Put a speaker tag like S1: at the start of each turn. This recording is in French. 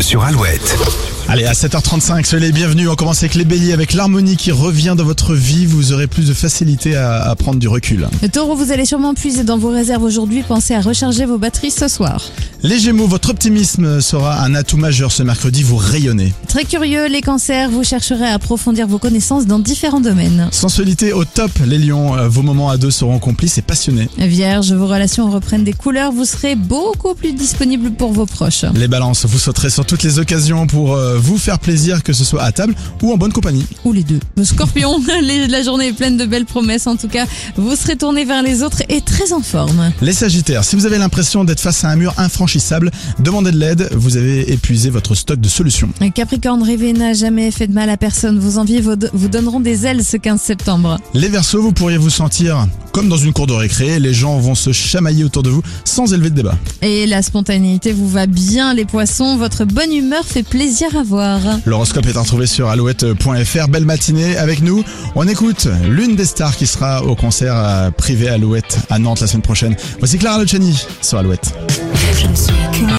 S1: sur Alouette.
S2: Allez, à 7h35, soyez les bienvenus. On commence avec les béliers, avec l'harmonie qui revient dans votre vie. Vous aurez plus de facilité à, à prendre du recul.
S3: Le Taureau, vous allez sûrement puiser dans vos réserves aujourd'hui. Pensez à recharger vos batteries ce soir.
S2: Les gémeaux, votre optimisme sera un atout majeur ce mercredi. Vous rayonnez.
S3: Très curieux, les cancers, vous chercherez à approfondir vos connaissances dans différents domaines.
S2: Sensualité au top, les lions. Euh, Vos moments à deux seront complices et passionnés.
S3: Vierge, vos relations reprennent des couleurs. Vous serez beaucoup plus disponible pour vos proches.
S2: Les balances, vous sauterez sur toutes les occasions pour euh, vous faire plaisir, que ce soit à table ou en bonne compagnie.
S3: Ou les deux. Le Scorpion, les- la journée est pleine de belles promesses. En tout cas, vous serez tourné vers les autres et très en forme.
S2: Les sagittaires, si vous avez l'impression d'être face à un mur infranchissable, demandez de l'aide. Vous avez épuisé votre stock de solutions.
S3: Capricorne, rêver n'a jamais fait de mal à personne. Vos envies vous vous donneront des ailes ce 15 septembre.
S2: Les Verseaux, vous pourriez vous sentir comme dans une cour de récré, les gens vont se chamailler autour de vous sans élever de débat.
S3: Et la spontanéité vous va bien, les poissons. Votre bonne humeur fait plaisir à voir.
S2: L'horoscope est à retrouver sur alouette.fr. Belle matinée avec nous. On écoute l'une des stars qui sera au concert euh, privé Alouette à Nantes la semaine prochaine. Voici Clara Luciani sur Alouette.
S4: Je ne suis qu'une